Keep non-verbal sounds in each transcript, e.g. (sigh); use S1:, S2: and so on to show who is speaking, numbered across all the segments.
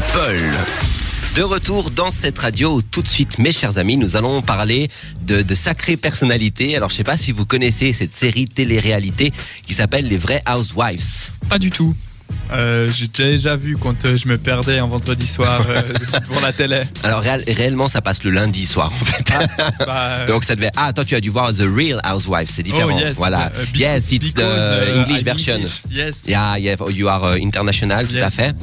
S1: People. De retour dans cette radio, où tout de suite, mes chers amis, nous allons parler de, de sacrées personnalités. Alors, je sais pas si vous connaissez cette série télé-réalité qui s'appelle Les Vraies Housewives.
S2: Pas du tout. Euh, J'ai déjà vu quand euh, je me perdais un vendredi soir
S1: (laughs)
S2: euh, pour la télé.
S1: Alors, réel- réellement, ça passe le lundi soir, en fait. (laughs)
S2: Bah, euh,
S1: Donc, ça devait. Ah, toi, tu as dû voir The Real Housewives, c'est différent.
S2: oh, yes,
S1: voilà.
S2: uh, be-
S1: yes, it's the
S2: because, uh,
S1: English
S2: I'm
S1: version.
S2: English. Yes.
S1: Yeah, yeah, you are euh, international, tout
S2: Yes.
S1: à fait.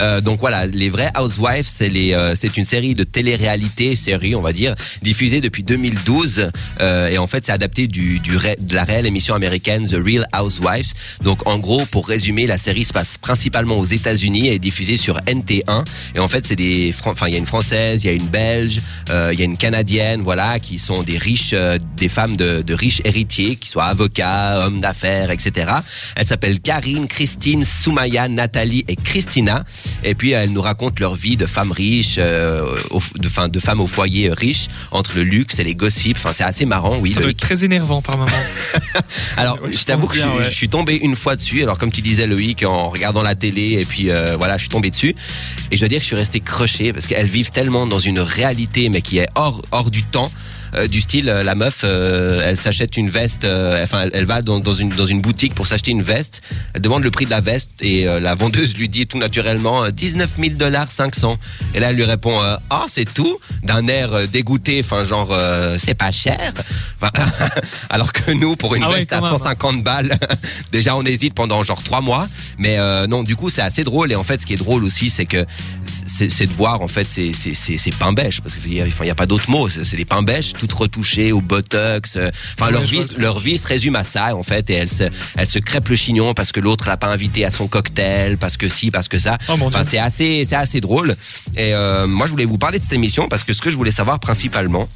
S1: Euh, donc voilà, les vrais Housewives, c'est les, euh, c'est une série de télé-réalité, série, on va dire, diffusée depuis 2012. Euh, et en fait, c'est adapté du, du ré- de la réelle émission américaine The Real Housewives. Donc en gros, pour résumer, la série se passe principalement aux États-Unis et est diffusée sur NT1. Et en fait, c'est des, Fran- enfin, il y a une française, il y a une belge, euh, il y a une canadienne, voilà, qui sont des riches, euh, des femmes de, de riches héritiers, qui soient avocats, hommes d'affaires, etc. Elles s'appellent Karine, Christine, Soumaya, Nathalie et Christina. Et puis elles nous racontent leur vie de femmes riches, euh, au- de, enfin, de femmes au foyer euh, riches, entre le luxe et les gossips. Enfin, c'est assez marrant, oui.
S3: ça
S1: le
S3: doit être très énervant par moment.
S1: (laughs) alors,
S2: Ouais,
S1: je,
S2: je
S1: t'avoue que
S2: pense
S1: je,
S2: bien, ouais.
S1: je suis tombé une fois dessus. Alors, comme tu disais, Loïc, en regardant la télé, et puis euh, voilà, je suis tombé dessus. Et je dois dire que je suis resté croché parce qu'elles vivent tellement dans une réalité, mais qui est hors, hors du temps. euh, du style, euh, la meuf, euh, elle s'achète une veste, euh, enfin, elle, elle va dans, dans une, dans une boutique pour s'acheter une veste, elle demande le prix de la veste et euh, la vendeuse lui dit tout naturellement euh, 19 000 dollars 500. Et là, elle lui répond euh, Ah, c'est tout d'un air euh, dégoûté, enfin, genre, euh, c'est pas cher. Enfin, (laughs) alors que nous, pour une
S3: Ah ouais,
S1: veste
S3: quand
S1: à
S3: même.
S1: 150 balles, (laughs) déjà on hésite pendant genre trois mois. Mais euh, non, du coup c'est assez drôle. Et en fait, ce qui est drôle aussi, c'est que c'est c'est de voir en fait ces ces- ces- ces pains bêches, parce qu'il n'y a pas d'autre mot. C'est c'est des pains bêches, toutes retouchées au botox. euh, Enfin,
S2: Ouais,
S1: leur
S2: je vois
S1: vie,
S2: le truc.
S1: leur vie se résume à ça en fait. Et elle se, elle se crêpe le chignon parce que l'autre l'a pas invité à son cocktail, parce que si, parce que ça.
S3: Oh mon Dieu.
S1: Enfin, c'est assez, c'est assez drôle. Et euh, moi, je voulais vous parler de cette émission parce que ce que je voulais savoir principalement,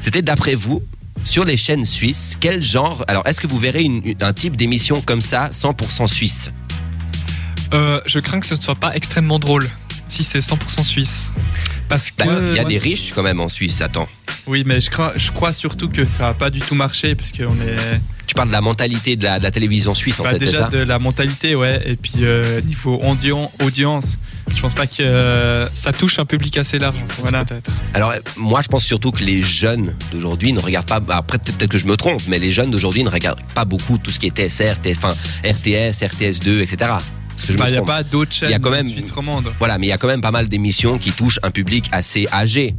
S1: c'était d'après vous, sur les chaînes suisses, quel genre. Alors, est-ce que vous verrez une- une- un type d'émission comme ça, 100% suisse
S3: Euh, je crains que ce ne soit pas extrêmement drôle si c'est 100% suisse. Parce que.
S1: Bah, Il y a
S3: ouais.
S1: des riches quand même en Suisse, attends.
S2: Oui, mais je crois, je crois surtout que ça n'a pas du tout marché parce qu'on est
S1: Tu parles de la mentalité de la, de la télévision suisse, en
S2: bah,
S1: fait, c'est
S2: déjà
S1: ça
S2: de la mentalité, ouais. Et puis euh, niveau audion- audience, je pense pas que euh,
S3: Ça touche un public assez large, en fait,
S2: Voilà.
S3: peut-être.
S1: Alors, euh, moi, je pense surtout que les jeunes d'aujourd'hui ne regardent pas. bah, Après, peut-être que je me trompe, mais les jeunes d'aujourd'hui ne regardent pas beaucoup tout ce qui est TSR, TF1, RTS, RTS2, etc. Parce que je
S2: bah,
S1: me
S2: il n'y a
S1: trompe.
S2: pas d'autres chaînes
S1: Il y a quand même-
S2: suisses romandes.
S1: Voilà, mais il y a quand même pas mal d'émissions qui touchent un public assez âgé.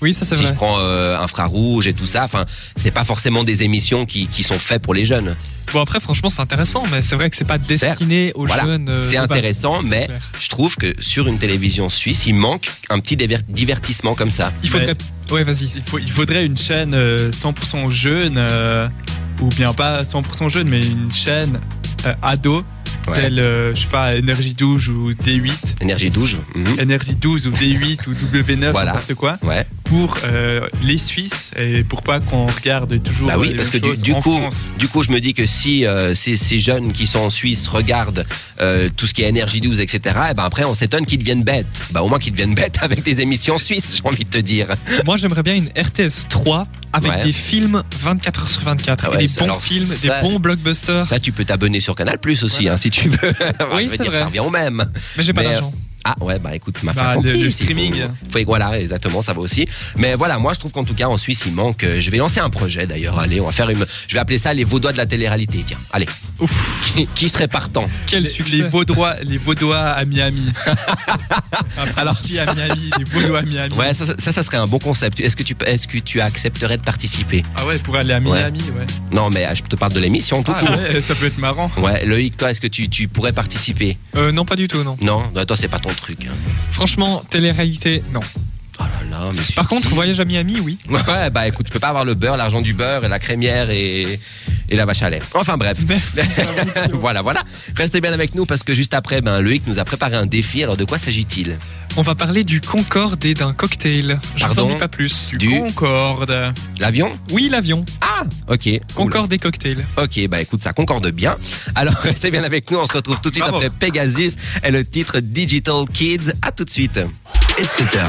S3: Oui, ça c'est
S1: Si
S3: vrai.
S1: je prends euh, Infrarouge et tout ça, enfin, c'est pas forcément des émissions qui, qui sont faites pour les jeunes.
S3: Bon, après, franchement, c'est intéressant, mais c'est vrai que c'est pas destiné aux
S1: Voilà.
S3: jeunes. euh,
S1: C'est
S3: de base.
S1: intéressant,
S3: C'est
S1: mais-
S3: clair.
S1: Je trouve que sur une télévision suisse, il manque un petit déver- divertissement comme ça.
S3: Il faudrait. Ouais, vas-y.
S2: Il, faut, il faudrait une chaîne euh, 100% jeune, euh, ou bien pas 100% jeune, mais une chaîne euh, ado,
S1: Ouais.
S2: telle, euh, je sais pas, Énergie 12 ou D8,
S1: Énergie douche. mhm.
S2: Énergie 12 ou D8 ou W9,
S1: Voilà.
S2: n'importe quoi,
S1: Ouais.
S2: pour euh, les Suisses et pour pas qu'on regarde toujours euh,
S1: Bah oui,
S2: les
S1: parce
S2: mêmes
S1: que du-
S2: choses
S1: du
S2: en
S1: coup-
S2: France.
S1: Du coup, je me dis que si euh, ces, ces jeunes qui sont en Suisse regardent euh, tout ce qui est énergie 12, etc., et ben après, on s'étonne qu'ils deviennent bêtes. Bah au moins qu'ils deviennent bêtes avec des émissions suisses, j'ai envie de te dire.
S3: Moi, j'aimerais bien une RTS 3 avec
S1: Ouais.
S3: des films 24 h sur 24.
S1: Ah
S3: et
S1: ouais,
S3: des
S1: c'est-
S3: bons
S1: alors
S3: films,
S1: ça-
S3: des bons blockbusters.
S1: Ça, tu peux t'abonner sur Canal Plus aussi, hein, si tu veux. Enfin,
S3: Oui,
S1: (laughs) je veux
S3: c'est
S1: dire,
S3: vrai.
S1: Ça revient au même.
S3: mais j'ai pas
S1: mais,
S3: d'argent.
S1: Ah ouais, bah écoute, ma
S2: Bah,
S1: femme.
S2: le- le streaming.
S1: Faut, voilà, exactement, ça va aussi. Mais voilà, moi je trouve qu'en tout cas en Suisse il manque. euh, Je vais lancer un projet d'ailleurs. Allez, on va faire une. Je vais appeler ça les Vaudois de la télé-réalité. Tiens, allez. Qui, qui serait partant
S3: Quel
S2: Les-
S3: succès.
S2: Les Vaudois, les Vaudois
S1: (laughs)
S2: à Miami.
S1: Alors,
S2: Alors, qui à Miami, les Vaudois à Miami.
S1: Ouais, ça, ça, ça serait un bon concept. Est-ce que tu, est-ce que tu accepterais de participer
S2: Ah ouais, pour aller à Miami, ouais.
S1: Non, mais euh, je te parle de l'émission en tout
S2: Ah
S1: court.
S2: ouais, ça peut être marrant.
S1: Ouais, Loïc, toi, est-ce que tu, tu pourrais participer
S3: Euh, non, pas du tout, non.
S1: Non, Non, toi, c'est pas ton truc. hein.
S3: Franchement, télé-réalité, non.
S1: Oh là là, mais
S3: Par
S1: si-
S3: contre,
S1: si.
S3: voyage à
S1: (laughs)
S3: Miami, oui.
S1: Ouais, bah écoute, tu peux pas avoir le beurre, l'argent du beurre et la crémière et, et la vache à lait. Enfin bref.
S3: Merci.
S1: (laughs) voilà, voilà. Restez bien avec nous parce que juste après, ben, Loïc nous a préparé un défi. Alors de quoi s'agit-il
S3: On va parler du Concorde et d'un cocktail. Je vous
S1: Pardon
S3: en dis pas plus.
S1: Du-
S2: Concorde.
S1: L'avion
S3: Oui, l'avion.
S1: Ah Ok. Concorde.
S3: Concorde et cocktail.
S1: Ok, bah écoute, ça concorde bien. Alors (laughs) restez bien avec nous, on se retrouve tout de suite
S2: Bravo.
S1: après Pegasus et le titre Digital Kids. À tout de suite. Etc.